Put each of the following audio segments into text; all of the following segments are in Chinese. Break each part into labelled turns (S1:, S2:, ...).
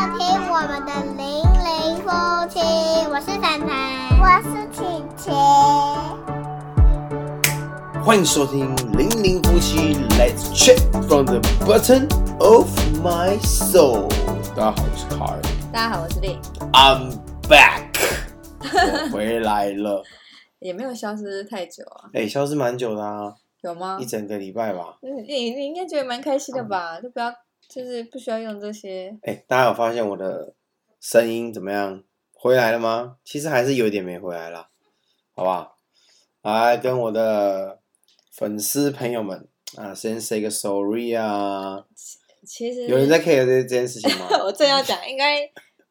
S1: 我们的零零夫妻，我是凡凡，我是琪琪。
S2: 欢迎收听《零零夫妻 Let's Check from the Button of My Soul》。大家好，我是卡尔
S3: 大家好，我是丽，
S2: ，I'm back，我 回来了。
S3: 也没有消失太久啊，
S2: 哎、消失蛮久的啊，
S3: 有吗
S2: 一？嗯整个礼拜吧。
S3: 你你你应该觉得蛮开心的吧？就不要，就是不需要用这些。
S2: 哎、大家有发现我的声音怎么样？回来了吗？其实还是有点没回来啦，好吧？来跟我的粉丝朋友们啊，先 say 个 sorry 啊。
S3: 其实
S2: 有人在 care 这这件事情吗？
S3: 我正要讲，应该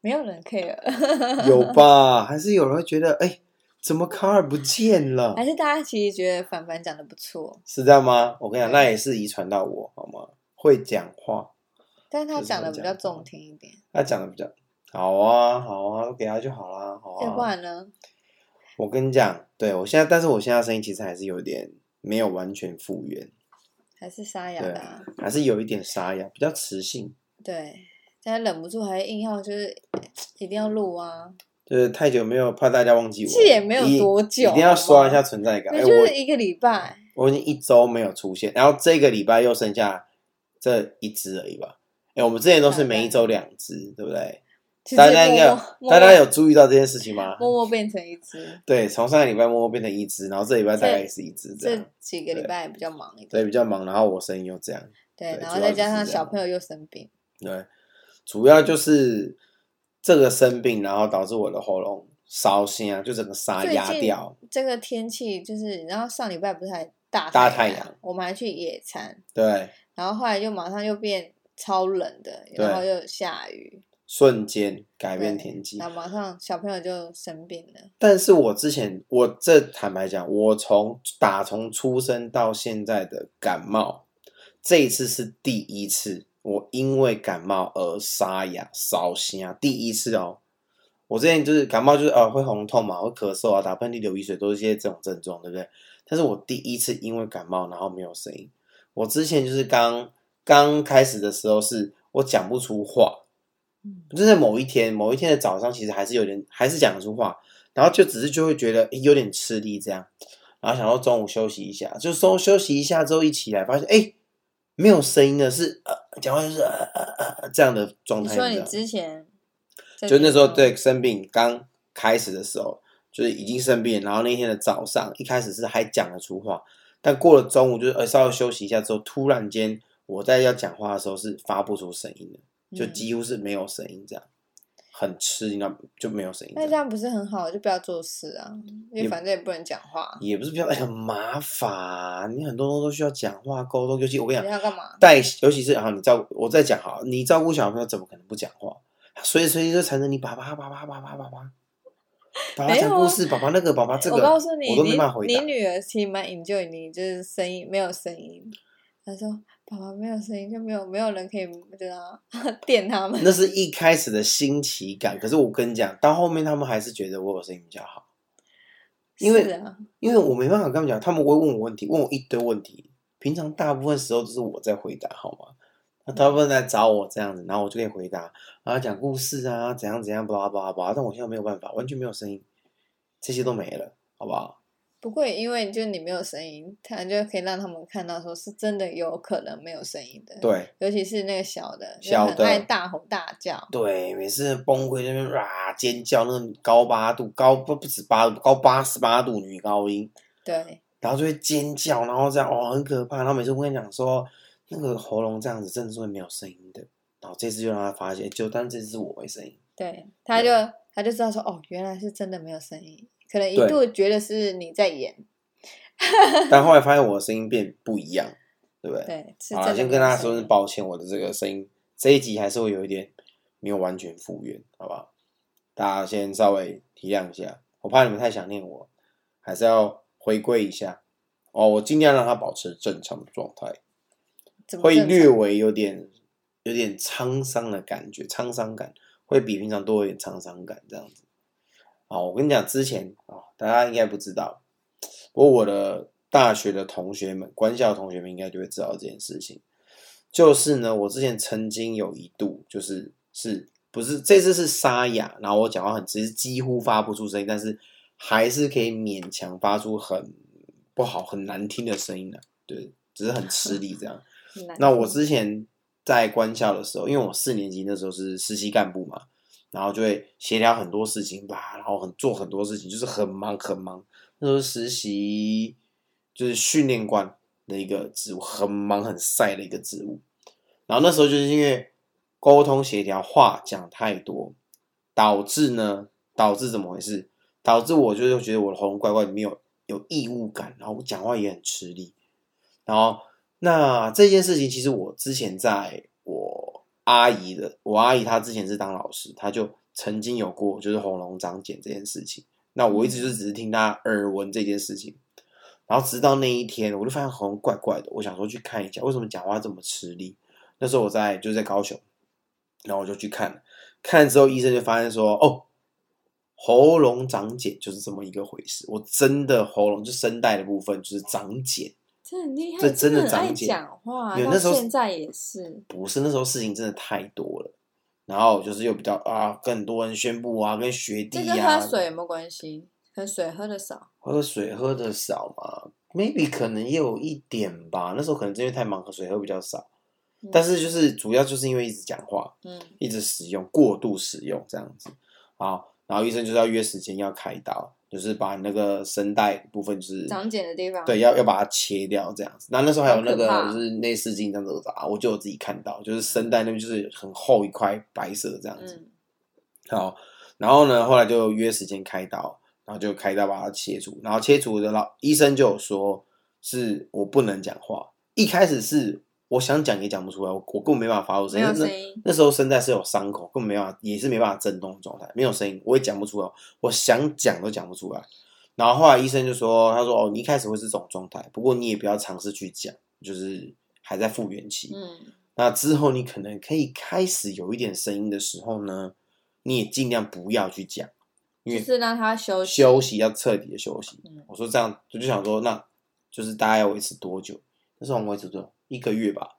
S3: 没有人 care，
S2: 有吧？还是有人会觉得，哎、怎么卡尔不见了
S3: 还？是大家其实觉得凡凡讲的不错，
S2: 是这样吗？我跟你讲，那也是遗传到我，好吗？会讲话，
S3: 但是他
S2: 就是
S3: 讲的
S2: 这
S3: 比较
S2: 样
S3: 中听一点，
S2: 他讲的比较好啊，好啊，给他就好啦，好
S3: 要不
S2: 啊。
S3: 然呢？
S2: 我跟你讲，对我现在，但是我现在声音其实还是有点没有完全复原，
S3: 还是沙哑
S2: 对
S3: 的、啊，，
S2: 还是有一点沙哑，比较磁性，
S3: 对，大家忍不住还硬要就是哎一定要录啊，
S2: 就是太久没有，怕大家忘记我。
S3: 其实也没有
S2: 一
S3: 多久
S2: 一定要刷一
S3: 好
S2: 下
S3: 不
S2: 存在感。哎、
S3: 那就
S2: 我
S3: 是一个礼拜，
S2: 我已经一周没有出现，然后这个礼拜又剩下这一只而已吧。哎、我们之前都是每一周两只，对不对？
S3: 其实
S2: 大家应该有
S3: 默默
S2: 大家有注意到这件事情吗？
S3: 默默变成一只，
S2: 对，从上个礼拜默默变成一只，然后这礼拜大概也是一只这
S3: 这
S2: 样。
S3: 几个
S2: 对啊
S3: 礼拜比较忙一点。
S2: 对，比较忙，然后我声音又这样。
S3: 对，
S2: 对
S3: 然
S2: 主
S3: 后
S2: 要
S3: 再
S2: 就
S3: 加
S2: 是
S3: 上
S2: 这
S3: 小
S2: 样
S3: 朋友又生病，
S2: 对，主要就是这个生病，然后导致我的喉咙烧心啊，就整个沙
S3: 最
S2: 压
S3: 近
S2: 掉。
S3: 这个天气就是，然后上礼拜不是还大
S2: 大太
S3: 太
S2: 阳，
S3: 我们还去野餐，
S2: 对，
S3: 然后后来就马上又变超冷的，
S2: 对
S3: 然后又下雨，
S2: 瞬间改变
S3: 对
S2: 天气。
S3: 然后马上小朋友就生病了。
S2: 但是我之前，我这坦白讲，我从打从出生到现在的感冒，这一次是第一次，我因为感冒而沙哑、烧心啊，第一次哦。我之前就是感冒，就是呃会红痛嘛，会咳嗽啊，打喷嚏、流鼻水，都是一些这种症状，对不对？但是我第一次因为感冒，然后没有声音。我之前就是刚刚开始的时候是，我讲不出话，
S3: 嗯，
S2: 就是某一天某一天的早上，其实还是有点还是讲得出话，然后就只是就会觉得诶有点吃力这样，然后想说中午休息一下，就中休息一下之后一起来发现哎、诶没有声音了，是呃讲话就是呃呃呃这样的状
S3: 你
S2: 态，
S3: 说
S2: 你知
S3: 你
S2: 道吗
S3: 之前在
S2: 就
S3: 地
S2: 那时候
S3: 方，
S2: 对生病刚开始的时候，就是已经生病，然后那天的早上一开始是还讲得出话，但过了中午就是呃稍微休息一下之后，突然间我在要讲话的时候是发不出声音的。就
S3: 嗯
S2: 几乎是没有声音这样，很吃力，那就没有声音
S3: 那
S2: 这
S3: 这
S2: 样。
S3: 样不是很好，就不要做事啊，因
S2: 也
S3: 为反正也不能讲话，
S2: 也不是比较、哎、很麻烦，你很多东西都需要讲话沟通，尤其我跟你
S3: 你
S2: 讲，
S3: 要干嘛？
S2: 带尤其是啊，你照顾我再讲好，你照顾小朋友怎么可能不讲话？他随时随地就缠着你，爸爸爸爸爸爸爸爸，爸爸
S3: 没
S2: 讲
S3: 有
S2: 故
S3: 啊
S2: 事，爸爸那个，爸爸这个，
S3: 我告诉你，
S2: 我都没
S3: 你
S2: 办法回
S3: 你
S2: 答。
S3: 女儿其实蛮 enjoy 你，就是声音没有声音。她说：“爸爸没有声音，就没有没有人可以知道 电他们。
S2: 那是一开始的新奇感，可是我跟你讲，到后面他们还是觉得我有声音比较好。”因为
S3: 是啊，
S2: 因为我没办法跟他们讲，他们会问我问题，问我一堆问题。平常大部分时候都是我在回答，好吗？那大部分来找我这样子，然后我就可以回答，然后讲故事啊，怎样怎样，巴拉巴拉巴拉。但我现在没有办法，完全没有声音，这些都没了，好不好？
S3: 不过也因为就你没有声音，她就可以让他们看到，说是真的有可能没有声音的。，
S2: 对
S3: 尤其是那个小的，就
S2: 小
S3: 很
S2: 的
S3: 爱大吼大叫。
S2: 对，每次崩溃那边啊尖叫，那个高八度，高不不止八度，高八十八度女高音，
S3: 对，
S2: 然后就会尖叫，然后这样哦，很可怕。然后每次我跟你讲说，那个喉咙这样子真的是会没有声音的。然后这次就让他发现，就但这次是我没声 音，
S3: 对，她就
S2: 对
S3: 她就知道说，哦，原来是真的没有声音，可能一
S2: 对
S3: 度觉得是你在演。
S2: 但后来发现我的声音变不一样，对不对？
S3: 对，是
S2: 好
S3: 真
S2: 啦
S3: 的。
S2: 先跟大家说声。抱歉，我的这个声音这一集还是会有一点没有完全复原，好不好？大家先稍微体谅一下，我怕你们太想念我，还是要回归一下哦。我尽量让它保持正常的状态。
S3: 怎么
S2: 会
S3: 正
S2: 略
S3: 常
S2: 微有点有点沧桑的感觉，沧桑感会比平常多一点沧桑感这样子。啊，我跟你讲，之前啊，大家应该不知道，不过我的大学的同学们、官校的同学们应该就会知道这件事情。就是呢，我之前曾经有一度就是是不是这次是沙哑，然后我讲话很直，几乎发不出声音，但是还是可以勉强发出很不好、很难听的声音的、对，只是很吃力这样。
S3: 很难
S2: 那我
S3: 听
S2: 之前在官校的时候，因为我四年级那时候是实习干部嘛，然后就会协调很多事情吧，然后很做很多事情，就是很忙很忙。那时候实习就是训练官的一个职务，很忙很晒的一个职务。然后那时候就是因为沟通协调话讲太多，导致呢，导致怎么回事？导致我就是觉得我的喉咙怪怪，没有有异物感，然后我讲话也很吃力。然后那这件事情，其实我之前在我阿姨的，我阿姨她之前是当老师，她就曾经有过就是喉咙长茧这件事情。那我一直就只是听她耳闻这件事情，然后直到那一天，我就发现喉咙怪怪的，我想说去看一下为什么讲话这么吃力。那时候我在就是在高雄，然后我就去看了，看了之后医生就发现说，哦，喉咙长茧就是这么一个回事。我真的喉咙就声带的部分就是长茧。
S3: 这很厉害，
S2: 这
S3: 你
S2: 真的
S3: 很
S2: 长
S3: 爱
S2: 茧
S3: 讲话，
S2: 没有
S3: 到
S2: 那时候
S3: 现在也是，
S2: 不是那时候事情真的太多了，然后就是又比较啊，跟很多人宣布啊，跟学弟
S3: 这跟
S2: 呀、
S3: 喝
S2: 啊，
S3: 水有没有关系？可能水喝的少，
S2: 喝水喝的少嘛，maybe 可能也有一点吧。那时候可能是因为太忙，喝水喝比较少，
S3: 嗯
S2: 但是就是主要就是因为一直讲话，
S3: 嗯，
S2: 一直使用，过度使用这样子。好，然后医生就是要约时间要开刀，就是把那个声带部分就是
S3: 长茧的地方，
S2: 对，，要要把它切掉这样子。那那时候还有那
S3: 好可
S2: 个
S3: 怕
S2: 就是内视镜这样子啊，我就有自己看到，就是声带那边就是很厚一块白色这样子。
S3: 嗯，
S2: 好，然后呢，后来就约时间开刀，然后就开刀把它切除，然后切除的老医生就有说是我不能讲话，一开始是我想讲也讲不出来，我我根本没办法发出声
S3: 没
S2: 音
S3: 有。
S2: 那
S3: 声音，
S2: 那时候声带是有伤口，根本没办法，也是没办法震动的状态，没有声音，我也讲不出来，我想讲都讲不出来。然后后来医生就说，他说哦，你一开始会是这种状态，不过你也不要尝试去讲，就是还在复原期。
S3: 嗯，
S2: 那之后你可能可以开始有一点声音的时候呢，你也尽量不要去讲，因
S3: 就
S2: 为
S3: 是让他休息，
S2: 休息要彻底的休息。
S3: 嗯，
S2: 我说这样，我就想说，那就是大概要维持多久？那时候我们维持多久？一个月吧，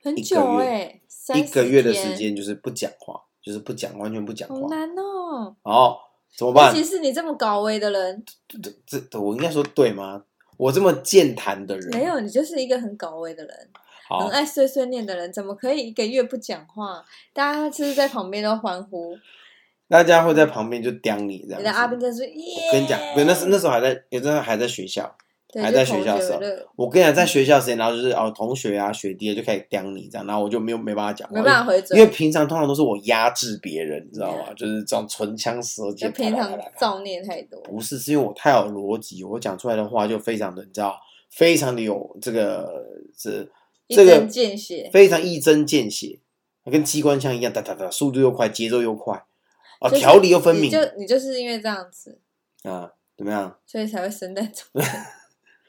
S3: 很
S2: 一个
S3: 久
S2: 月
S3: 哎，
S2: 一
S3: 30
S2: 个月的
S3: 天
S2: 时，间就是不讲话，就是不讲，完全不讲
S3: 好
S2: 话。
S3: 难哦，
S2: 然后怎么
S3: 尤
S2: 办
S3: 其？是你这么高危的人，
S2: 这这这我应该说对吗？我这么健谈的人，
S3: 没有，你就是一个很高危的人，
S2: 好
S3: 很，爱碎碎念的人，怎么可以一个月不讲话？大家是不是在旁边都欢呼？
S2: 大家会在旁边就刁你这样子。
S3: 你的阿斌哥说：“耶！”
S2: 我跟你讲，没有，那时那时候还在，那时候还在学校。
S3: 对
S2: 还
S3: 就
S2: 在
S3: 同
S2: 学校的
S3: 学
S2: 时候
S3: 的
S2: 我跟你讲，在学校时间，然后就是哦，同学啊、学弟啊就开始刁你这样，然后我就没有没办法讲话，
S3: 没办法回
S2: 因
S3: 嘴，
S2: 为因为平常通常都是我压制别人，你知道吗？就是这种唇枪舌
S3: 就
S2: 剑，
S3: 平
S2: 啪啦
S3: 常
S2: 啪啦啪啦
S3: 造孽太多。
S2: 不是，是因为我太有逻辑，我讲出来的话就非常的，你知道，非常的有这个这
S3: 一
S2: 这个
S3: 针见血
S2: 非常一针见血，跟机关枪一样，哒哒哒，速度又快，节奏又快，啊，
S3: 就是
S2: 条理又分
S3: 你
S2: 明
S3: 就你就是因为这样子，
S2: 啊，怎么样？
S3: 所以才会生在
S2: 嗯
S3: 中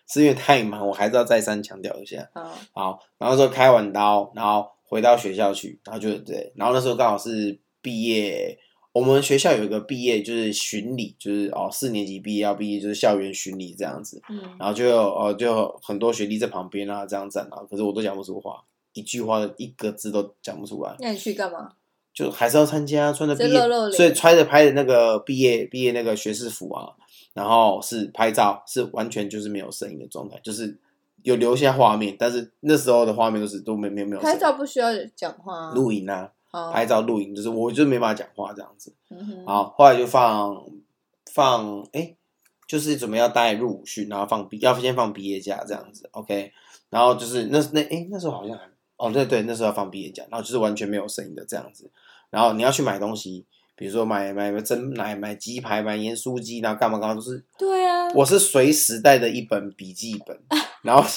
S2: 是因为太忙，我还是要再三强调一下。
S3: 啊。
S2: 好，然后说开完刀，然后回到学校去，然后就对，然后那时候刚好是毕业，我们学校有一个毕业就是巡礼，就是哦四年级毕业要毕业就是校园巡礼这样子，
S3: 嗯，
S2: 然后就有哦就有很多学弟在旁边啊这样站啊，可是我都讲不出话，一句话一个字都讲不出来，
S3: 那你去干嘛？
S2: 就还是要参加，啊穿着毕
S3: 就
S2: 业，
S3: 露露脸
S2: 所以穿着拍的那个毕业毕业那个学士服啊，然后是拍照，是完全就是没有声音的状态，就是有留下画面，但是那时候的画面都是都没没有没有声
S3: 拍
S2: 音
S3: 照不需要讲话啊，
S2: 录影啊，
S3: 哦
S2: 拍照录影，就是我就没办法讲话这样子。
S3: 嗯哼
S2: 好，后来就放放哎、诶就是准备要带入伍训，然后放毕要先放毕业假这样子，OK。然后就是那那哎、诶那时候好像还哦对对，那时候要放毕业假，然后就是完全没有声音的这样子。然后你要去买东西，比如说买买蒸奶、买鸡排、买盐酥鸡，然后干嘛干嘛，都是
S3: 对啊，
S2: 我是随时带的一本笔记本，然后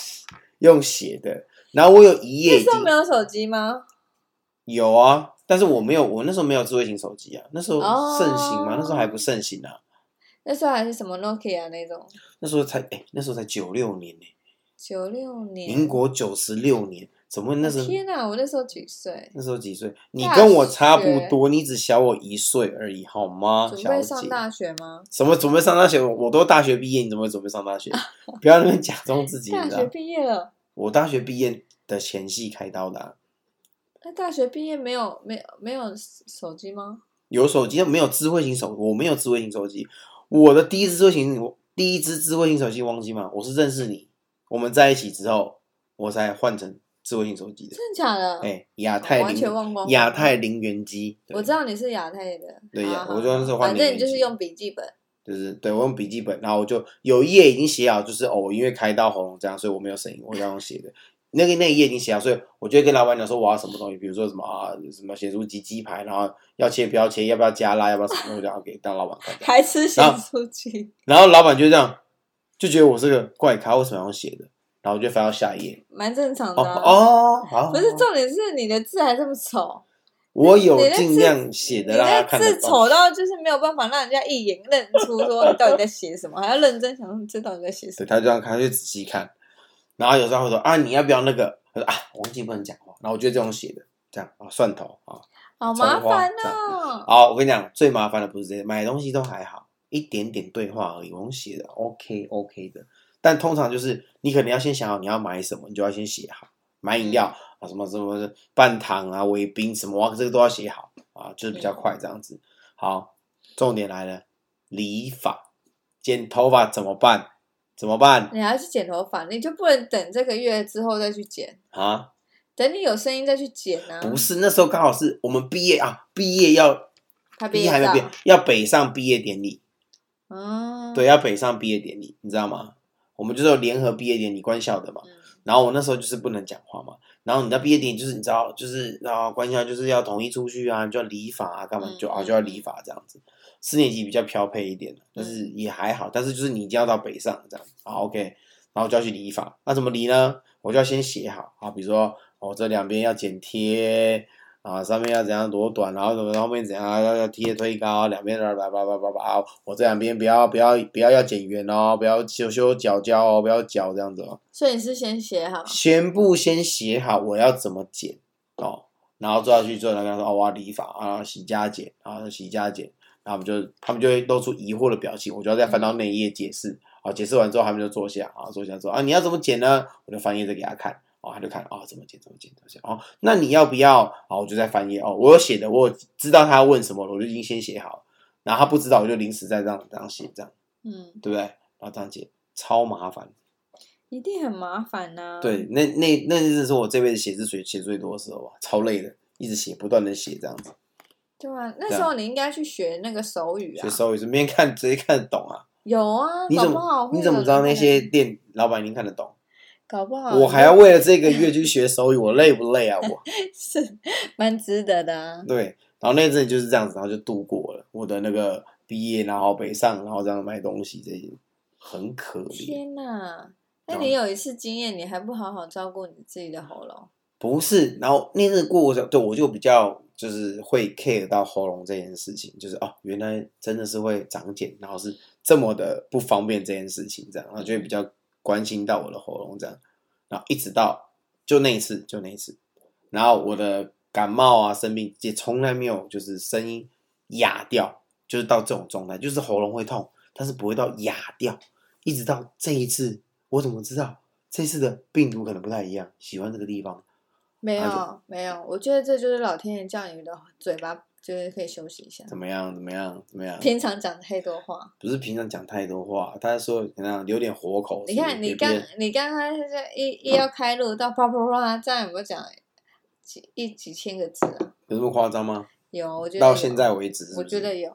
S2: 用写的，然后我有一页
S3: 那
S2: 已
S3: 时
S2: 经
S3: 候没有手机吗？
S2: 有啊，但是我没有，我那时候没有智慧型手机啊，那时候
S3: 哦
S2: 盛行吗那时候还不盛行啊，
S3: 那时候还是什么 Nokia 那种，
S2: 那时候才哎、那时候才九六年呢、
S3: 九六年，
S2: 民国九十六年，怎么会那时候
S3: 哦天哪、我那时候几岁？
S2: 那时候几岁？你
S3: 大
S2: 跟我差不
S3: 学
S2: 多，你只小我一岁而已，好吗，
S3: 准
S2: 啊小
S3: 备
S2: 姐
S3: 上？大学吗？
S2: 什么准备上大学？我我都大学毕业，你怎么会准备上大学？ 不要那边假装自己，你
S3: 大
S2: 知道
S3: 学？毕业了，
S2: 我大学毕业的前夕开刀的啊、
S3: 哎、那大学毕业没有没有没有手机吗？
S2: 有手机，没有智慧型手，我没有智慧型手机。我的第一只智慧型，我第一只智慧型手机忘记吗？我是认识你，我们在一起之后，我才换成智慧型手机的。
S3: 真的假的？
S2: 哎、亚太
S3: 完全
S2: 零
S3: 忘光。
S2: 亚太，零元机，对
S3: 我知道你是亚太的。
S2: 对
S3: 好
S2: 呀
S3: 好
S2: 我就那时候换
S3: 反
S2: 那个
S3: 正你就是
S2: 笔记
S3: 用笔记本。
S2: 就是对我用笔记本，然后我就有一页已经写好，就是哦，我因为开到喉咙这样，所以我没有声音，我要用写的。那个那一页已经写好，所以我就会跟老板讲说我要什么东西，比如说什么啊什么咸酥鸡鸡排，然后要切不要切，要不要加辣，要不要什么，我就要给当老板看。
S3: 还吃咸
S2: 啊
S3: 酥鸡，
S2: 然后老板就这样就觉得我是个怪咖，为什么要用写的？然后我就翻到下一页，
S3: 蛮正常的
S2: 哦
S3: 啊、
S2: 哦，好，
S3: 不是重点是你的字还这么丑，
S2: 我有
S3: 你的字
S2: 尽量写
S3: 你
S2: 的让他
S3: 的
S2: 看得
S3: 字
S2: 到。
S3: 丑到就是没有办法让人家一眼认出说你到底在写什么，还要认真想说你这到底在写什
S2: 对，
S3: 么。
S2: 他就这样看，他就仔细看，然后有时候会说啊，你要不要那个？他说啊，我忘记不能讲话。然后我就这种写的，这样啊，蒜头啊。
S3: 好
S2: 葱
S3: 麻
S2: 花
S3: 烦
S2: 这样
S3: 哦、
S2: 好，我跟你讲，最麻烦的不是这些，买东西都还好，一点点对话而已，我用写的 OK OK 的。但通常就是你可能要先想好你要买什么，你就要先写好。买饮料啊，什么什么半糖啊、维冰什么啊，这个都要写好啊，就是比较快这样子。好，重点来了，理发，剪头发怎么办？怎么办
S3: 你还要去剪头发，你就不能等这个月之后再去剪，
S2: 啊？
S3: 等你有声音再去剪啊。
S2: 不是，那时候刚好是我们毕业啊，毕业要
S3: 他毕
S2: 毕
S3: 业
S2: 业还没
S3: 照
S2: 毕业，要北上毕业典礼，
S3: 嗯，
S2: 对，要啊北上毕业典礼，你知道吗？我们就是有联合毕业典礼，官校的嘛。
S3: 嗯
S2: 然后我那时候就是不能讲话嘛，然后你到毕业典礼就是你知道，就是然后官校就是要统一出去啊，就要理发啊，干嘛就啊
S3: 嗯
S2: 就要理发这样子。四年级比较飘配一点，但是也还好，但是就是你一定要到北上这样啊，OK，然后就要去理发，那怎么理呢？我就要先写好啊，比如说我、哦、这两边要剪贴啊，上面要怎样多短，然后怎么后面怎样啊要要贴推高，两边叭叭叭叭叭叭，啊我这两边不要不要不要要剪圆哦，不要修修角角哦，不要角这样子哦。
S3: 所以你是先写好，
S2: 全部先写好我要怎么剪哦，然后做下去之后，他跟他说哦，我要理发啊，洗加剪，然后洗加剪，然后我们就他们就会露出疑惑的表情，我就要再翻到那一页解释，啊、解释完之后他们就坐下啊，坐下说啊，你要怎么剪呢？我就翻页再给他看。哦，他就看哦，怎么剪怎么剪怎么剪哦，那你要不要哦？我就再翻页哦，我有写的，我有知道他要问什么了，我就已经先写好了。然后他不知道，我就临时再这样这样写，这样
S3: 嗯，
S2: 对不对？然后这样剪超麻烦。
S3: 一定很麻烦呐、，
S2: 对，那那那真的是我这辈子写字水写最多的时候吧，超累的，一直写，不断的写这样子。
S3: 对啊，那
S2: 对啊
S3: 时候你应该去学那个手语啊
S2: 学。手语顺便看，直接看得懂啊。
S3: 有啊，
S2: 你
S3: 搞
S2: 怎
S3: 不好
S2: 么
S3: 会
S2: 你怎么
S3: 有嗯
S2: 知道
S3: 人
S2: 那
S3: 会
S2: 些店老板已经看得懂？
S3: 搞不好
S2: 我还要为了这个月去学手语，我累不累啊？我
S3: 是蛮值得的啊。
S2: 对，然后那阵就是这样子，然后就度过了我的那个毕业，然后北上，然后这样卖东西这些，很可怜。
S3: 天哪！那
S2: 然后
S3: 你有一次经验，你还不好好照顾你自己的喉咙，
S2: 不是，然后那阵过程，对我就比较就是会 care 到喉咙这件事情，就是哦，原来真的是会长茧，然后是这么的不方便这件事情，这样，然后就会比较关心到我的喉咙这样，然后一直到就那一次，就那一次，然后我的感冒啊、生病也从来没有就是声音哑掉，就是到这种状态，就是喉咙会痛，但是不会到哑掉，一直到这一次，我怎么知道这次的病毒可能不太一样，喜欢这个地方。
S3: 没
S2: 啊
S3: 有没有，我觉得这就是老天爷叫你的嘴巴，就是可以休息一下。
S2: 怎么样？怎么样？怎么样？
S3: 平常讲太多话，
S2: 不是平常讲太多话，他说怎样留点活口
S3: 你
S2: 水。
S3: 看你
S2: 给别
S3: 刚
S2: 人
S3: 你刚开始就一
S2: 嗯
S3: 一要开录到叭叭叭，这样有没有讲几一几千个字啊？
S2: 有那么夸张吗？
S3: 有，我觉得
S2: 到
S3: 有
S2: 现在为止是不是
S3: 我觉得，有。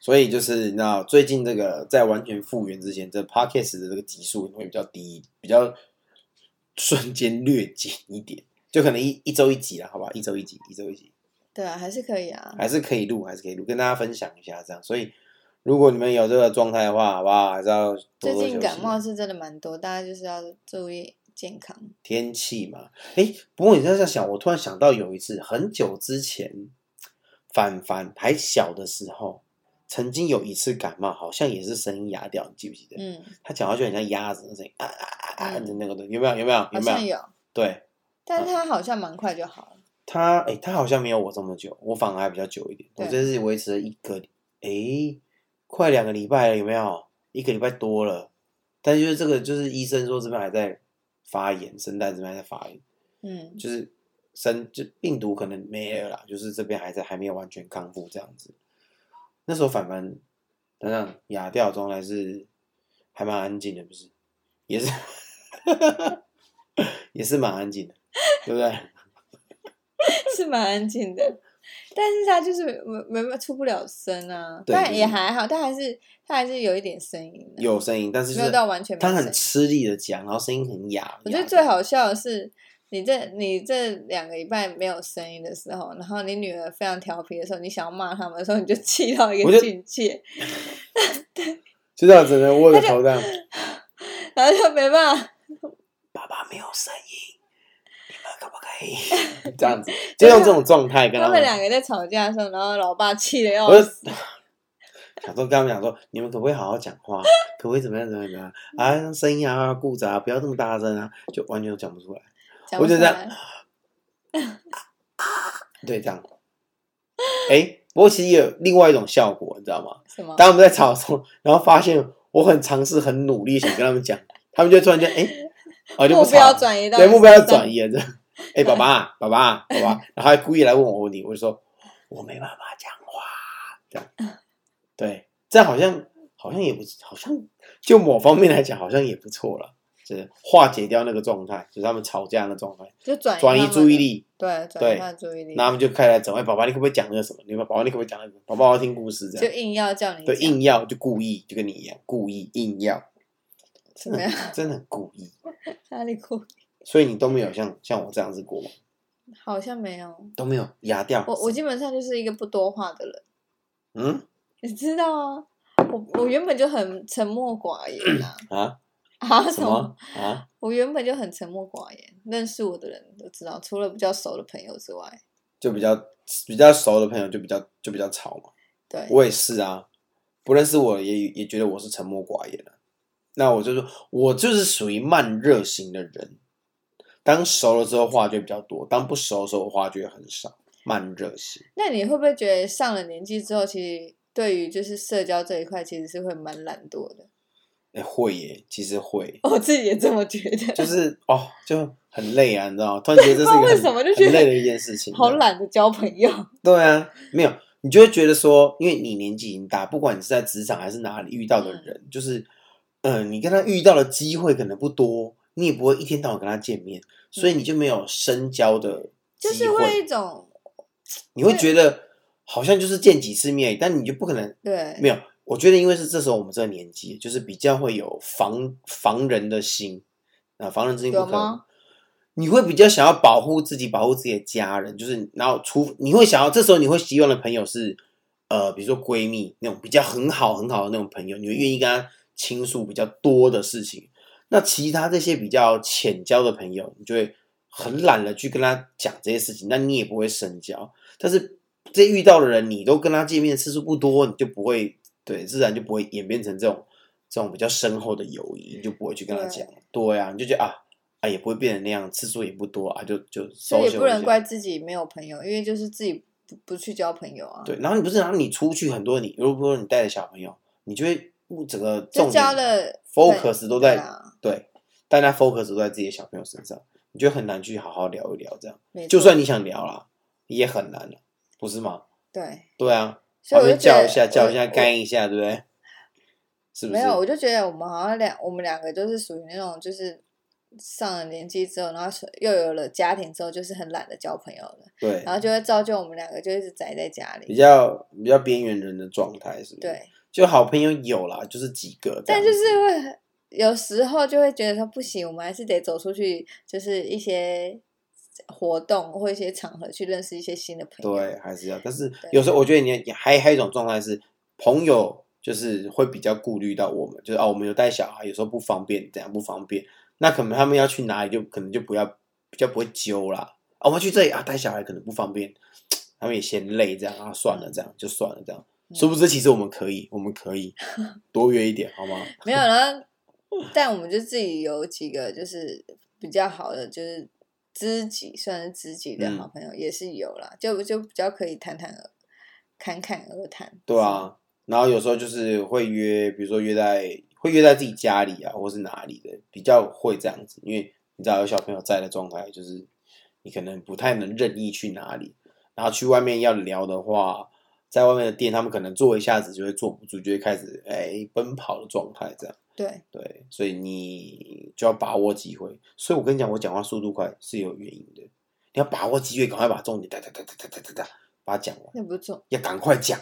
S2: 所以就是那最近这个在完全复原之前，这 podcast 的这个级数会比较低，比较 瞬间略减一点，就可能一一周一集了，好吧？一周一集，一周一集。
S3: 对啊，还是可以啊。
S2: 还是可以录，还是可以录，跟大家分享一下这样。所以，如果你们有这个状态的话，好不好？还是要多
S3: 最
S2: 多休息
S3: 近。感冒是真的蛮多，大家就是要注意健康。
S2: 天气嘛，诶，不过你这样想，我突然想到有一次，很久之前，凡凡还小的时候，曾经有一次感冒，好像也是声音哑掉，你记不记得？
S3: 嗯，
S2: 他讲话就很像鸭子的声音，啊啊啊啊
S3: 嗯
S2: 的那个的，有没有？有没有？
S3: 好
S2: 有没
S3: 像
S2: 有？
S3: 有，
S2: 对
S3: 但是他好像蛮快 就好了。
S2: 他，诶，他好像没有我这么久，我反而还比较久一点。我
S3: 对
S2: 这是维持了一个，诶，快两个礼拜了，有没有？一个礼拜多了，但就是这个，就是医生说这边还在发炎，声带这边还在发炎。
S3: 嗯，
S2: 就是生就病毒可能没了啦，就是这边还在还没有完全康复这样子。那时候凡凡，等等哑掉状态是还蛮安静的，不是？也是， 也是蛮安静的，对不对？
S3: 是蛮安 静的，但是他就是没没出不了声啊，
S2: 对就
S3: 但
S2: 是
S3: 也还好，但还是他还是有一点声音、的，
S2: 有声音，但是就
S3: 没有
S2: 是
S3: 到完全没
S2: 他
S3: 声
S2: 很
S3: 音。
S2: 吃力的讲，然后声音很哑。
S3: 我觉
S2: 哑
S3: 得最好笑的是，你这你这两个礼拜没有声音的时候，然后你女儿非常调皮的时候，你想要骂他们的时候，你就气到一
S2: 我
S3: 个
S2: 就
S3: 境界，
S2: 就这样，只能握着头这样。
S3: 然后就没办法。
S2: 爸爸没有声音，你们可不可以 这样子？就用这种状态跟
S3: 啊
S2: 他
S3: 他们
S2: 们，
S3: 两个在吵架的时候，然后老爸气的要
S2: 我就
S3: 死，
S2: 想说跟他们讲说，你们可不可以好好讲话？可不可以怎么样怎么样怎么样？啊，声音啊，顾着啊，不要这么大声啊，就完全都讲不出来。
S3: 讲
S2: 我
S3: 不
S2: 就
S3: 出
S2: 这样
S3: 来。
S2: 对，这样。哎、不过其实也有另外一种效果，你知道吗？
S3: 什么？
S2: 当他们在吵的时候，然后发现我很尝试、很努力想跟他们讲，他们就突然间哎，哦、就不
S3: 目
S2: 吵
S3: 标
S2: 了
S3: 转移到
S2: 对，
S3: 你
S2: 目标要
S3: 身上
S2: 转移了，这样。 哎、爸爸啊，爸爸啊，爸爸啊，然后还故意来问我问题，我就说我没办法讲话，这样。对，这样好像好像也不好像就某方面来讲，好像也不错了，就是化解掉那个状态，就是他们吵架的状态，
S3: 就转移
S2: 转移
S3: 他们
S2: 注意
S3: 的，
S2: 力，
S3: 对，转
S2: 对
S3: 移他的注意力，
S2: 那他们就开始来整，哎、爸爸你可不可以讲那个什么？你们爸爸你可不可以讲那个？爸爸我要听故事，这
S3: 就
S2: 样。
S3: 硬要叫你
S2: 对，
S3: 讲
S2: 硬要就故意，就跟你一样，故意硬要，
S3: 怎
S2: 真
S3: 么
S2: 的
S3: 样？
S2: 真的很故意，
S3: 哪里哭？
S2: 所以你都没有像像我这样子过吗？
S3: 好像没有，
S2: 都没有压掉。
S3: 我我基本上就是一个不多话的人，
S2: 嗯
S3: 你知道啊？我我原本就很沉默寡言啊
S2: 啊
S3: 啊
S2: 什么？啊？
S3: 我原本就很沉默寡言，认识我的人都知道，除了比较熟的朋友之外，
S2: 就比较比较熟的朋友就比较就比较吵嘛。
S3: 对，
S2: 我也是啊，不认识我也也觉得我是沉默寡言的、啊那我就说，我就是属于慢热型的人。当熟了之后话就比较多，当不熟的时候话就会很少，慢热型。
S3: 那你会不会觉得上了年纪之后，其实对于就是社交这一块，其实是会蛮懒惰的？
S2: 哎、会耶，其实会，
S3: 我自己也这么觉得，
S2: 就是哦，就很累啊，你知道吗？突然觉得这是一个
S3: 不知道为什么就
S2: 很
S3: 觉得
S2: 很累的一件事情，
S3: 好懒得交朋友。
S2: 对啊，没有，你就会觉得说，因为你年纪已经大，不管你是在职场还是哪里遇到的人，就是，嗯、你跟他遇到的机会可能不多，你也不会一天到晚跟他见面，所以你就没有深交的机
S3: 嗯就是会一种
S2: 你会觉得好像就是见几次面而已，但你就不可能
S3: 对
S2: 没有。我觉得，因为是这时候我们这个年纪，就是比较会有防防人的心啊，防人之心不
S3: 有
S2: 可无
S3: 吗。
S2: 你会比较想要保护自己，保护自己的家人，就是然后除你会想要这时候你会希望的朋友是呃，比如说闺蜜那种比较很好很好的那种朋友，你会愿意跟他倾诉比较多的事情。那其他这些比较浅交的朋友，你就会很懒得去跟他讲这些事情，那你也不会深交。但是这遇到的人，你都跟他见面的次数不多，你就不会对，自然就不会演变成这种这种比较深厚的友谊，你就不会去跟他讲。对啊，你就觉得啊啊也不会变成那样，次数也不多啊，就就
S3: 所以
S2: 收
S3: 也不能怪
S2: 下。
S3: 自己没有朋友，因为就是自己不不去交朋友啊。，
S2: 对，然后你不是，然后你出去很多你，如果说你带着小朋友，你就会整个重
S3: 就交
S2: 点
S3: 了
S2: focus 都在
S3: 对啊，
S2: 对，大家 focus 都在自己的小朋友身上，你就很难去好好聊一聊这样。
S3: 没错
S2: 就算你想聊啦，也很难了，不是吗？
S3: 对，
S2: 对啊，
S3: 所以我
S2: 旁边
S3: 就觉
S2: 叫
S3: 得
S2: 一下，叫一
S3: 我
S2: 下，
S3: 我
S2: 干一下，对不对？是不
S3: 没
S2: 是？
S3: 有，我就觉得我们好像两我们两个就是属于那种就是上了年纪之后，然后是又有了家庭之后，就是很懒得交朋友了，
S2: 对
S3: 然，后就会造就我们两个就一直宅在家
S2: 比
S3: 里。
S2: 较比较边缘人的状态，是不是？，
S3: 对，
S2: 就好朋友有啦，就是几个这样
S3: 但
S2: 子，
S3: 就是会很有时候就会觉得说不行，我们还是得走出去，就是一些活动或一些场合去认识一些新的朋友。
S2: 对，还是要。但是有时候我觉得你也还还有一种状态是，朋友就是会比较顾虑到我们，就是哦，我们有带小孩，有时候不方便，怎样不方便，那可能他们要去哪里就可能就不要比较不会揪啦。啊，我们去这里啊，带小孩可能不方便，他们也嫌累，这样啊，算了，这样就算了，这样。
S3: 嗯
S2: 殊不知，其实我们可以，我们可以多约一点，好吗？
S3: 没有，然后但我们就自己有几个就是比较好的，就是知己，算是知己的
S2: 嗯
S3: 好朋友、也是有啦，就就比较可以谈谈而侃侃而谈。
S2: 对啊，然后有时候就是会约，比如说约在会约在自己家里啊，或是哪里的，比较会这样子，因为你知道有小朋友在的状态，就是你可能不太能任意去哪里。然后去外面要聊的话，在外面的店，他们可能坐一下子就会坐不住，就会开始哎奔跑的状态这样。
S3: 对，
S2: 对，所以你就要把握机会。所以我跟你讲，我讲话速度快是有原因的。你要把握机会，赶快把重点哒哒哒哒哒哒哒哒把它讲完，
S3: 那不重
S2: 要赶快讲，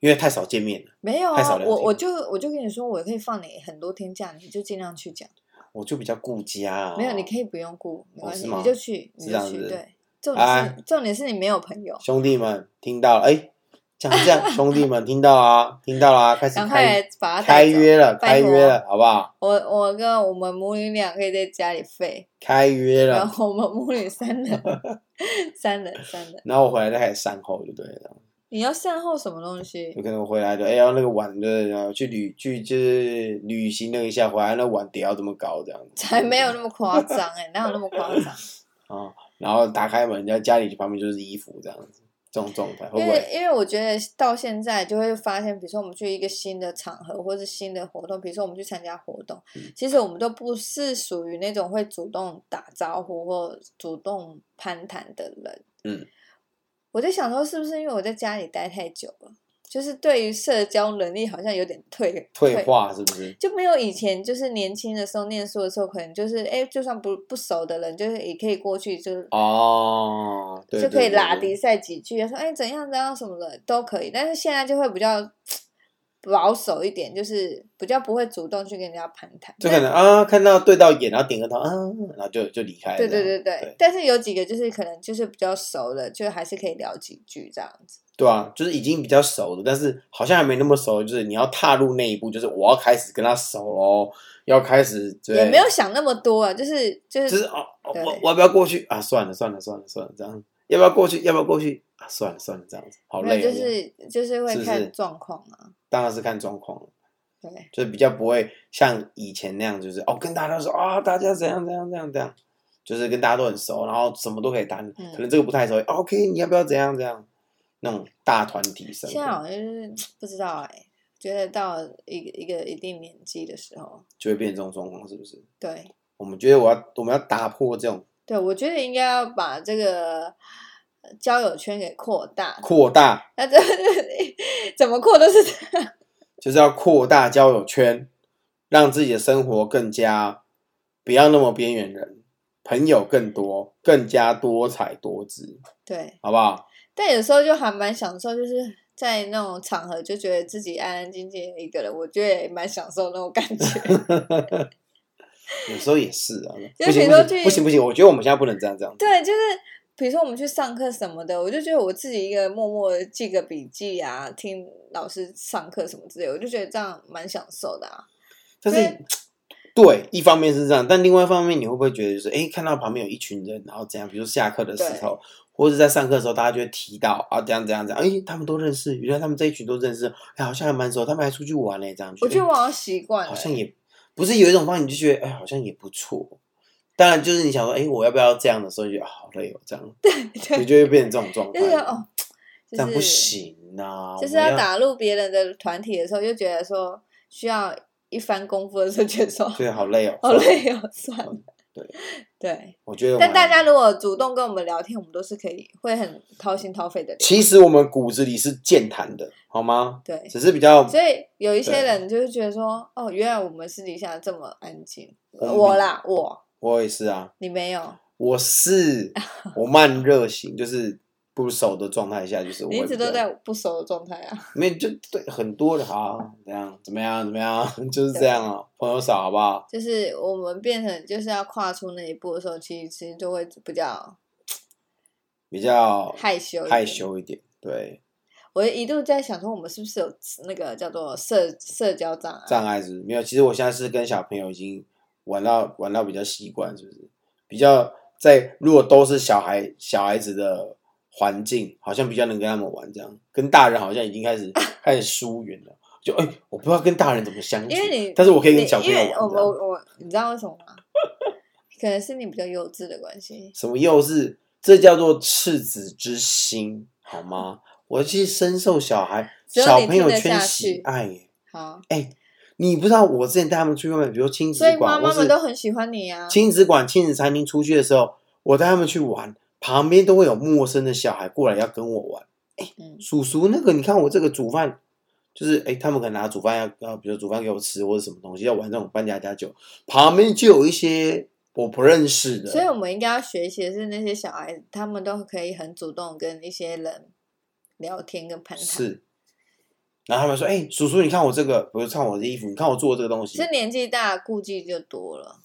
S2: 因为太少见面了，
S3: 没有
S2: 太少
S3: 啊，
S2: 了
S3: 我
S2: 解
S3: 我就我就跟你说，我可以放你很多天假，你就尽量去讲。
S2: 我就比较顾家、啊。
S3: 没有，你可
S2: 以
S3: 以不用顾，
S2: 哦
S3: 没关
S2: 是
S3: 系，
S2: 吗
S3: 你就去，你
S2: 是
S3: 就
S2: 这样
S3: 去。
S2: 子
S3: 对，重点
S2: 哎
S3: 是重点是你没有朋友，
S2: 兄弟们听到了，哎，讲这样，兄弟们听到啊，听到啦、开始
S3: 赶
S2: 开
S3: 快把他
S2: 开
S3: 带走。
S2: 约了，开
S3: 拜托
S2: 约了，好不好？
S3: 我我跟我们母女俩可以在家里废，
S2: 开约
S3: 然
S2: 了，
S3: 后我们母女三人， 三人三人，
S2: 然后我回来再开始善后，就对了。
S3: 你要善后什么东西
S2: 有？可能回来就哎呀那个碗的，然后去旅去就是旅行了一下，回来那碗底要怎么搞这样子？
S3: 才没有那么夸张哎，哪有那么夸张？
S2: 啊，然后打开门，人家家里旁边就是衣服这样子，这种状态会
S3: 因
S2: 不
S3: 为
S2: 会？
S3: 因为我觉得到现在就会发现，比如说我们去一个新的场合或是新的活动，比如说我们去参加活动，
S2: 嗯
S3: 其实我们都不是属于那种会主动打招呼或主动攀谈的人。
S2: 嗯，
S3: 我在想说，是不是因为我在家里待太久了，就是对于社交能力好像有点退
S2: 退化是不是？
S3: 就没有以前就是年轻的时候念书的时候，可能就是哎、诶就算不不熟的人，就是也可以过去，就是
S2: 哦，对，
S3: 就可以
S2: 对
S3: 拉
S2: 对
S3: 低赛几句，说哎怎样怎样什么的都可以。但是现在就会比较保守一点，就是比较不会主动去跟人家攀谈。
S2: 就可能啊，看到对到眼，然后点个头，啊，然后就就离开了这
S3: 对
S2: 样。
S3: 对对对，
S2: 对
S3: 但是有几个就是可能就是比较熟的，就还是可以聊几句这样子。
S2: 对啊，就是已经比较熟的，但是好像还没那么熟，就是你要踏入那一步，就是我要开始跟他熟喽，要开始对
S3: 也没有想那么多啊，就是就
S2: 就是
S3: 是
S2: 哦，哦
S3: 对
S2: 我我要不要过去啊？算了算了算了算了，这样要不要过去？要不要过去啊？算了算了，这样子好
S3: 没
S2: 累、
S3: 有
S2: 哦。
S3: 就
S2: 这样
S3: 是就是
S2: 是不
S3: 会
S2: 是
S3: 看状况啊，
S2: 当然是看状况了，
S3: 对。
S2: 就是比较不会像以前那样，就是哦跟大家说啊，大家怎样怎样怎样怎样，就是跟大家都很熟，然后什么都可以谈，
S3: 嗯
S2: 可能这个不太熟、哦 OK，你要不要怎样怎样？那种大团体生
S3: 现在好
S2: 活
S3: 像就是不知道哎、觉得到了一个一个一定年纪的时候，
S2: 就会变成这种状况，是不是？
S3: 对
S2: 我们觉得我要我们要打破这种
S3: 对，我觉得应该要把这个呃交友圈给扩大。
S2: 扩大，
S3: 那这 怎么扩都是这样，
S2: 就是要扩大交友圈，让自己的生活更加不要那么边缘人，朋友更多，更加多彩多姿，
S3: 对。
S2: 好不好？
S3: 但有时候就还蛮享受，就是在那种场合就觉得自己安安静静的一个人，我觉得也蛮享受那种感觉。
S2: 有时候也是啊，
S3: 就
S2: 不行
S3: 比
S2: 不
S3: 如说
S2: 行
S3: 去
S2: 不行不行，我觉得我们现在不能这样这样。
S3: 对，就是比如说我们去上课什么的，我就觉得我自己一个人默默的记个笔记啊，听老师上课什么之类的，我就觉得这样蛮享受的啊。
S2: 但是，对，一方面是这样，但另外一方面，你会不会觉得就是，哎，看到旁边有一群人，然后怎样？比如下课的时候，或者在上课的时候，大家就会提到啊，怎样怎样怎样，哎，他们都认识，原来他们这一群都认识，哎，好像还蛮熟，他们还出去玩呢，这样。
S3: 我觉得
S2: 哎
S3: 我好像习惯了、
S2: 好 像也不是有一种方式，你就觉得，哎，好像也不错。当然，就是你想说，哎，我要不要这样的时候，你就觉得啊好累哦，这样，你
S3: 对，
S2: 就会变成这种状态。
S3: 就是哦，
S2: 这
S3: 就
S2: 样
S3: 是
S2: 不行呐、
S3: 就是
S2: 我们
S3: 要打入别人的团体的时候，就觉得说需要一番功夫的时候，觉得说
S2: 对，好累哦，
S3: 好
S2: 算了
S3: 累哦，算了。
S2: 对
S3: 对，
S2: 我觉得我们，
S3: 但大家如果主动跟我们聊天，我们都是可以会很掏心掏肺的聊。
S2: 其实我们骨子里是健谈的，好吗？
S3: 对，
S2: 只是比较
S3: 所以有一些
S2: 对
S3: 人就是觉得说，哦，原来我们私底下这么安静。
S2: 我们
S3: 我啦，我
S2: 我也是啊，
S3: 你没有，
S2: 我 是我慢热型，就是不熟的状态下，就是我
S3: 你一
S2: 会
S3: 直
S2: 比
S3: 都
S2: 较
S3: 在不熟的状态啊。
S2: 没有就对很多的啊，怎样怎么样怎么 样，就是这样啊，朋友少好不好？
S3: 就是我们变成就是要跨出那一步的时候，其实其实就会比较
S2: 比较
S3: 害羞，
S2: 害。羞一点，对，
S3: 我一度在想说，我们是不是有那个叫做社社交障碍？
S2: 障碍是不是没有。其实我现在是跟小朋友已经玩到玩到比较习惯，是不是？比较在如果都是小孩小孩子的环境，好像比较能跟他们玩这样，跟大人好像已经开 始开始疏远了。就哎、我不知道跟大人怎么相处，
S3: 因为你，
S2: 但是我可以跟
S3: 你
S2: 小朋友
S3: 因为我
S2: 玩这样。
S3: 我我，你知道为什么吗？ 可能是你比较幼稚的关系。
S2: 什么幼稚，这叫做赤子之心，好吗？我去深受小孩
S3: 只有
S2: 小
S3: 你
S2: 朋友
S3: 听得
S2: 圈
S3: 下
S2: 喜
S3: 去
S2: 爱耶。哎
S3: 好，
S2: 你不知道我之前带他们去外面，比如亲子
S3: 所以
S2: 馆，
S3: 妈
S2: 或
S3: 妈
S2: 是
S3: 们都很喜欢你啊。
S2: 亲子馆、亲子餐厅出去的时候，我带他们去玩，旁边都会有陌生的小孩过来要跟我玩。
S3: 嗯
S2: 叔叔，那个你看我这个煮饭，就是哎、诶他们可能拿煮饭要要，呃比如煮饭给我吃或者什么东西，要玩这种扮家家酒，旁边就有一些我不认识的，
S3: 所以我们应该要学习的是那些小孩子，他们都可以很主动跟一些人聊天跟攀谈，
S2: 是。然后他们说：“哎、叔叔，你看我这个，不是看我的衣服，你看我做的这个东西。
S3: 是年纪大顾忌就多了，”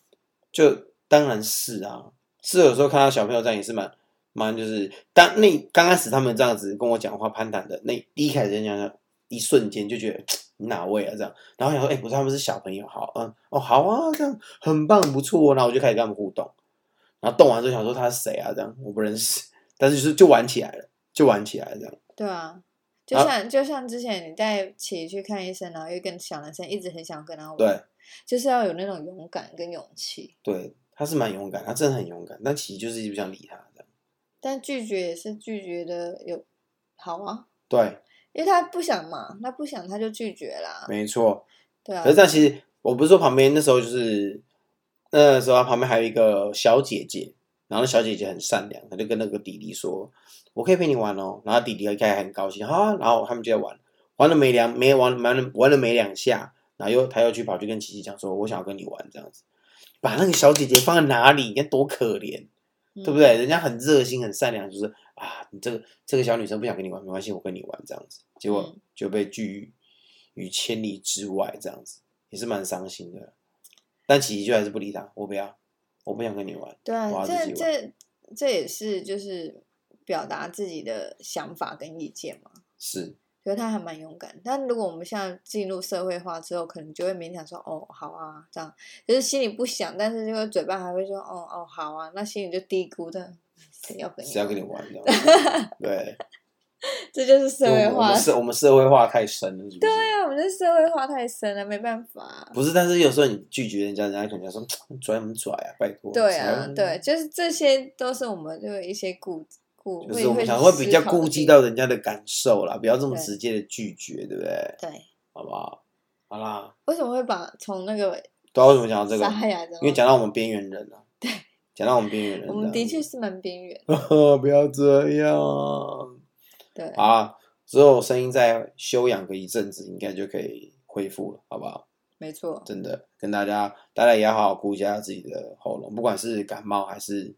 S2: 就当然是啊，是有时候看到小朋友这样也是蛮蛮，就是当那刚开始他们这样子跟我讲话攀谈的，那第一开始就讲讲，一瞬间就觉得你哪位啊这样，然后想说：“哎、不是他们是小朋友，好，嗯，哦，好啊，这样很棒，不错、哦。”然后我就开始跟他们互动，然后动完之后想说他是谁啊这样，我不认识，但是就是就玩起来了，就玩起来了这样。
S3: 对啊。就像、就像之前你带琪去看医生，然后又跟小男生一直很想跟他玩，
S2: 对，
S3: 就是要有那种勇敢跟勇气，
S2: 对，他是蛮勇敢，他真的很勇敢，但其实就是一直不想理他这样。
S3: 但拒绝也是拒绝的有好啊，
S2: 对，
S3: 因为他不想嘛，他不想他就拒绝啦，
S2: 没错。
S3: 对啊
S2: 可，是但其实我不是说旁边那时候就是那时候他旁边还有一个小姐姐，然后那小姐姐很善良，她就跟那个弟弟说：“我可以陪你玩哦。”然后弟弟一开始很高兴，好啊、然后他们就在玩，玩了没两没玩玩了玩了没两下，然后又他又去跑去跟琪琪讲说：“我想要跟你玩这样子。”把那个小姐姐放在哪里？你看多可怜。对不
S3: 嗯？
S2: 对？人家很热心、很善良，就是啊，你这个这个小女生不想跟你玩，没关系，我跟你玩这样子，结果
S3: 嗯
S2: 就被拒于千里之外，这样子也是蛮伤心的。但琪琪就还是不理他，我不要，我不想跟你玩。
S3: 对啊，
S2: 我要自
S3: 这
S2: 己
S3: 这这也是就是表达自己的想法跟意见嘛。
S2: 是，
S3: 觉得他还蛮勇敢，但如果我们现在进入社会化之后，可能就会勉强说哦好啊这样，就是心里不想，但是就是嘴巴还会说哦哦好啊，那心里就嘀咕的谁要跟你玩？
S2: 谁要跟你玩这样子？对，
S3: 这就是社
S2: 因为我
S3: 会
S2: 们我
S3: 化
S2: 们。社我们社会化太深了，是不是？对
S3: 对啊，我们这社会化太深了，没办法。啊
S2: 不是，但是有时候你拒绝人家，人家可能就说嗯拽什么拽啊，拜托。
S3: 对
S2: 谁
S3: 啊
S2: 要，
S3: 对，，就是这些都是我们就有一些顾顾，
S2: 就
S3: 会
S2: 是我们想
S3: 会
S2: 会
S3: 思
S2: 比较
S3: 考的
S2: 顾及
S3: 地方
S2: 到人家的感受啦，不要这么
S3: 对
S2: 直接的拒绝，对不对？
S3: 对，
S2: 好不好？好啦，
S3: 为什么会把从那个
S2: 对啊，为什么讲到这个？
S3: 沙哑的？
S2: 因为讲到我们边缘人了、啊。
S3: 对，
S2: 讲到我们边缘人。
S3: 我们的确，是蛮边缘，
S2: 不要这样。
S3: 对，
S2: 好啊，之后声音再休养个一阵子，应该就可以恢复了，好不好？
S3: 没错，
S2: 真的，跟大家，大家也要好好顾一下自己的喉咙，不管是感冒还是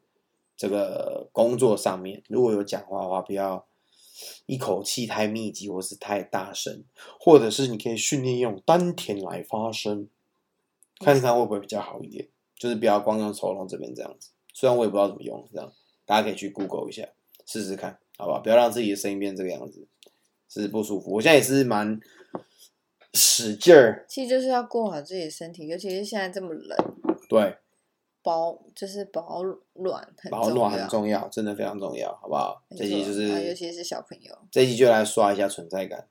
S2: 这个工作上面，如果有讲话的话，不要一口气太密集，或是太大声，或者是你可以训练用丹田来发声，看看会不会比较好一点，就是不要光用喉咙这边这样子。虽然我也不知道怎么用，这样大家可以去 Google 一下，试试看，好吧？不要让自己的声音变这个样子，是不舒服。我现在也是蛮使劲儿，
S3: 其实就是要顾好自己的身体，尤其是现在这么冷，
S2: 对。
S3: 保就是保暖很
S2: 保暖很
S3: 要
S2: 重要，真的非常重要，好不好？
S3: 没
S2: 这集
S3: 错
S2: 就
S3: 啊尤
S2: 是
S3: 其是小朋友，
S2: 这集就来刷一下存在感，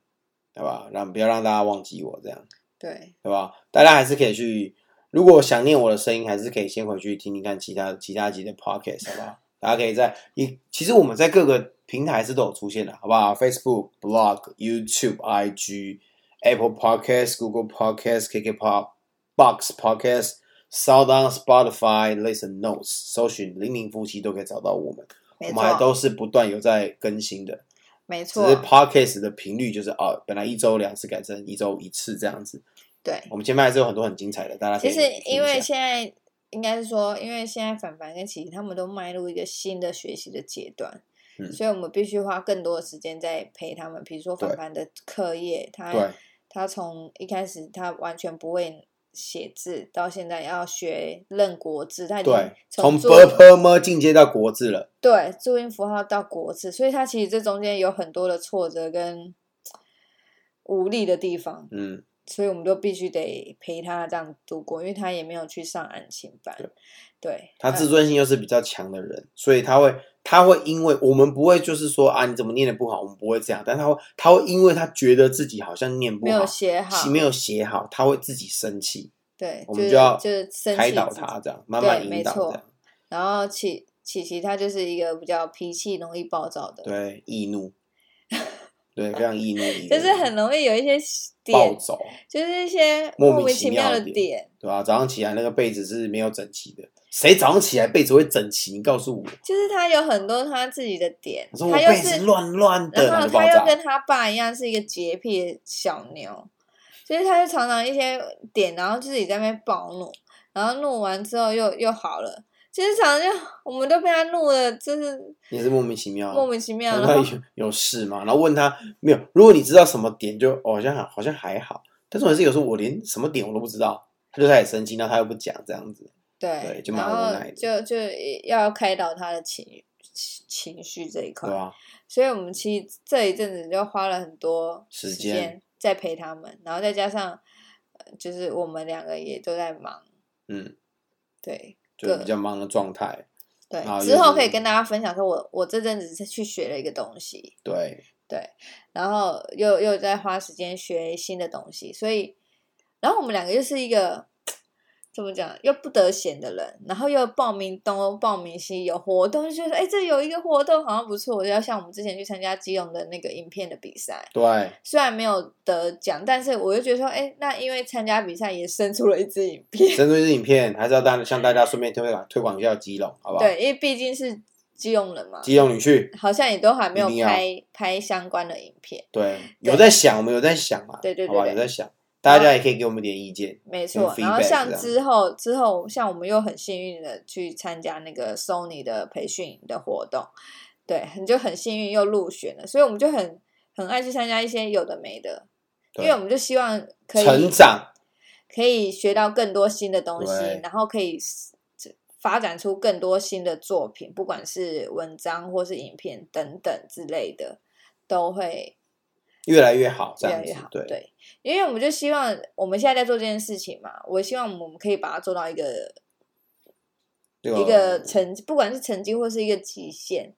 S2: 好吧？让不要让大家忘记我这样，
S3: 对，
S2: 对吧？大家还是可以去，如果想念我的声音，还是可以先回去听听看其他其他集的 podcast，好不好？大家可以在一，其实我们在各个平台是都有出现的，好不好？Facebook、Blog、YouTube、IG、Apple Podcast、Google Podcast、KK Pop、Box Podcast、Sound on Spotify、Listen Notes，搜寻“零零夫妻”都可以找到我们。
S3: 没
S2: 我们还
S3: 错，
S2: 都是不断有在更新的，
S3: 没
S2: 只
S3: 错
S2: 是，podcast 的频率就是哦，本来一周两次改成一周一次这样子。
S3: 对。
S2: 我们前面还是有很多很精彩的，大家可
S3: 其
S2: 以
S3: 实
S2: 听一
S3: 因为
S2: 下
S3: 现在应该是说，因为现在凡凡跟琪琪他们都迈入一个新的学习的阶段，
S2: 嗯
S3: 所以我们必须花更多的时间在陪他们。比如说凡
S2: 对
S3: 凡的课业，他
S2: 对
S3: 他从一开始他完全不会写字，到现在要学认国字，他已经
S2: 对，从
S3: 从
S2: b
S3: 注
S2: u r p l e m 进阶到国字了，
S3: 对注音符号到国字，所以他其实这中间有很多的挫折跟无力的地方。
S2: 嗯，
S3: 所以我们都必须得陪他这样度过，因为他也没有去上安亲班
S2: 对，
S3: 对，
S2: 他
S3: 呃
S2: 自尊心又是比较强的人，所以他会他会因为我们不会就是说啊你怎么念的不好，我们不会这样，但他会他会因为他觉得自己好像念不
S3: 没有
S2: 好，
S3: 写好，
S2: 没有写好，他会自己生气，
S3: 对，
S2: 我们
S3: 是
S2: 就要
S3: 就是生气
S2: 开导
S3: 自己
S2: 他这样，慢慢
S3: 对没
S2: 引导
S3: 错
S2: 这样，
S3: 然后琪琪琪他就是一个比较脾气容易暴躁的，
S2: 对，易怒。对，非常易怒一个
S3: 就
S2: 人，
S3: 是很容易有一些
S2: 暴
S3: 点，
S2: 走，
S3: 就是一些
S2: 莫
S3: 名
S2: 名
S3: 其
S2: 其
S3: 妙
S2: 妙
S3: 的
S2: 的
S3: 点，
S2: 对吧、早上起来那个被子是没有整齐的，谁早上起来被子会整齐？你告诉我，
S3: 就是他有很多他自己的点，
S2: 我说我
S3: 他又
S2: 被
S3: 是
S2: 子乱乱的，
S3: 然后
S2: 就爆
S3: 他又跟
S2: 炸。
S3: 他爸一样是一个洁癖的小牛，所以他就常常一些点，然后自己在那边暴怒，然后怒完之后又又好了。其实常常就我们都被他怒的，就是
S2: 也是莫名其妙啊，
S3: 莫名其妙。
S2: 想
S3: 然
S2: 到
S3: 后
S2: 有有事吗？然后问他没有。如果你知道什么点就，哦好像还好像还好。但是我是有时候我连什么点我都不知道，他就开始生气，然后他又不讲这样 子。
S3: 对，
S2: 对就
S3: 然
S2: 蛮无
S3: 后
S2: 奈的
S3: 就就要开导他的情情情绪这一块
S2: 对。啊吧、
S3: 所以我们其实这一阵子就花了很多
S2: 时
S3: 时
S2: 间
S3: 间在陪他们，然后再加上呃就是我们两个也都在忙，
S2: 嗯，
S3: 对
S2: 就比较忙的状态。
S3: 对
S2: 然，后
S3: 之
S2: 就
S3: 后
S2: 啊是
S3: 可以跟大家分享说我，我这阵子是去学了一个东西，
S2: 对，
S3: 然后又又在花时间学新的东西，所以，然后我们两个又是一个怎么讲，又不得闲的人，然后又报名东报名西，有活动就觉得哎，这有一个活动好像不错，要像我们之前去参加基隆的那个影片的比赛，
S2: 对，
S3: 虽然没有得奖，但是我就觉得说，哎，那因为参加比赛也生出了一支影片，
S2: 针对这影片，还是要大向大家顺便推广推广一下基隆，好不好？，
S3: 对，因为毕竟是基隆人嘛，
S2: 基隆女婿，
S3: 好像也都还没有
S2: 一定要
S3: 拍拍相关的影片。
S2: 对，
S3: 对
S2: 有在想，我们有在想嘛，
S3: 对对对
S2: 好吧，
S3: 对
S2: 有在想，大家也可以给我们点意见，
S3: 没
S2: 有
S3: 错，
S2: feedback
S3: 然后像
S2: 这样
S3: 之后之后，像我们又很幸运的去参加那个 Sony 的培训营的活动，对，很就很幸运又入选了，所以我们就很很爱去参加一些有的没的，因
S2: 对
S3: 为我们就希望可
S2: 成
S3: 以
S2: 长，
S3: 可以学到更多新的东西
S2: 对，
S3: 然后可以 s- 发展出更多新的作品，不管是文章或是影片等等之类的，都会
S2: 越来越好，这
S3: 越
S2: 样
S3: 来
S2: 子，
S3: 越好。
S2: 对，
S3: 因为我们就希望我们现在在做这件事情嘛，我希望我们可以把它做到一个
S2: 这
S3: 一个成，不管是成绩或是一个极限。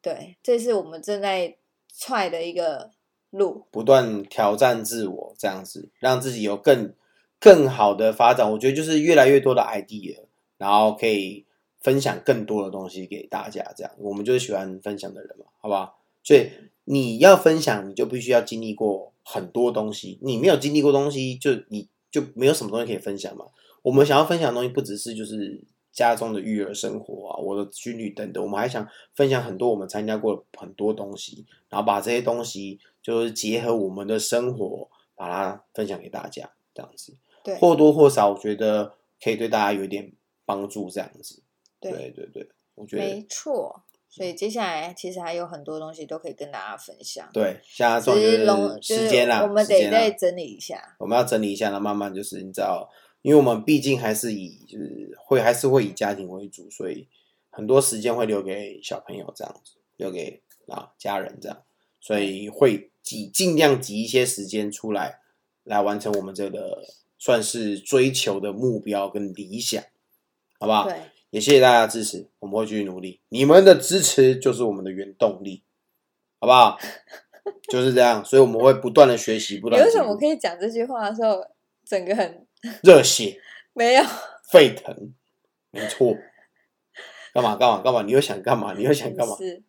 S3: 对，这是我们正在踹的一个路。
S2: 不断挑战自我，这样子让自己有更更好的发展。我觉得就是越来越多的 idea，然后可以分享更多的东西给大家。这样，我们就是喜欢分享的人嘛，好不好？所以你要分享，你就必须要经历过很多东西。你没有经历过东西，就你就没有什么东西可以分享嘛。我们想要分享的东西，不只是就是家中的育儿生活啊，我的军旅等等，我们还想分享很多我们参加过的很多东西，然后把这些东西就是结合我们的生活，把它分享给大家，这样子
S3: 对
S2: 或多或少，我觉得可以对大家有一点帮助，这样子。对
S3: 对，
S2: 对对，我觉
S3: 没
S2: 得嗯
S3: 错。所以接下来其实还有很多东西都可以跟大家分享。
S2: 对，现在重
S3: 只
S2: 点
S3: 是
S2: 就
S3: 龙，
S2: 是时间啦，
S3: 我们
S2: 时间
S3: 得
S2: 啦
S3: 再整理一下。
S2: 我们要整理一下，然后慢慢就是你知道，因为我们毕竟还是以就是会还是会以家庭为主，所以很多时间会留给小朋友这样子，留给啊家人这样，所以会挤尽量挤一些时间出来，来完成我们这个算是追求的目标跟理想，好不好？
S3: 对，
S2: 也谢谢大家的支持，我们会继续努力。你们的支持就是我们的原动力，好不 好？就是这样，所以我们会不断的学习，不
S3: 你
S2: 断地
S3: 为什
S2: 进
S3: 么
S2: 步
S3: 可以讲这句话的时候，整个很
S2: 热血
S3: 没有？
S2: 沸腾，没错。干嘛干嘛干嘛？你又想干嘛？你又 想干嘛
S3: 没？事，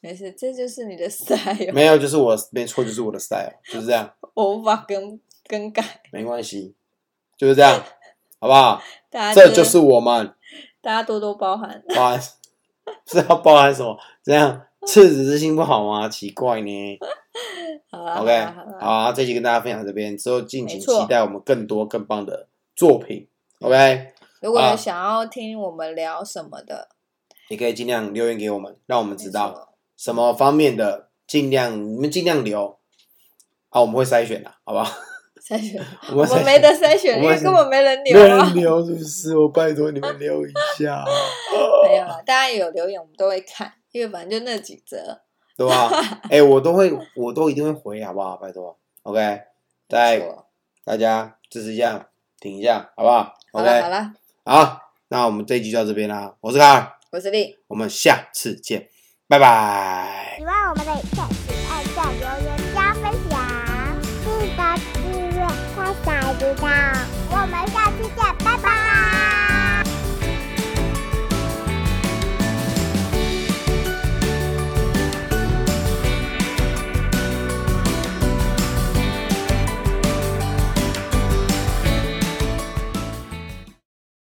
S3: 没事，这就是你的 哦 style，
S2: 没有，就是我没错，就是我的 style，就是这样，
S3: 我无法更更改。
S2: 没关系，就是这样，好不好？
S3: 大家
S2: 这
S3: 多
S2: 就是我们，
S3: 大家多多包涵。
S2: 包含是要包含什么？这样赤子之心不好吗？奇怪呢。
S3: 好了
S2: OK，
S3: 好啦
S2: 好、
S3: 啦
S2: 啊，这期跟大家分享到这边，之后敬请
S3: 没错
S2: 期待我们更多更棒的作品。OK，
S3: 如果有
S2: 啊
S3: 想要听我们聊什么的，
S2: 也可以尽量留言给我们，让我们知
S3: 没
S2: 道
S3: 错
S2: 什么方面的，尽量你们尽量留啊，我们会筛选的，好不好？
S3: 筛选，
S2: 我
S3: 我
S2: 们会
S3: 们
S2: 筛
S3: 没得筛选，
S2: 我
S3: 因
S2: 们
S3: 为
S2: 是
S3: 根本没人
S2: 没有
S3: 留啊
S2: 人。留是不是？我拜托你们留一 下，
S3: 没有啦，大家有留言我们都会看，因为反正就那几则。
S2: 对吧？哎、我都会，我都一定会回，好不好？拜托，OK，
S3: 没
S2: 再
S3: 错
S2: 大家支持一下，挺一下，好不好
S3: 好了好
S2: ？OK，
S3: 了，
S2: 好，那我们这一集就到这边啦，我是卡尔。
S3: 我是丽，
S2: 我们下次见，拜拜。
S1: 喜欢我们的影片，请按赞、留言、加分享，记得订阅，开小铃铛。我们下期见，拜拜。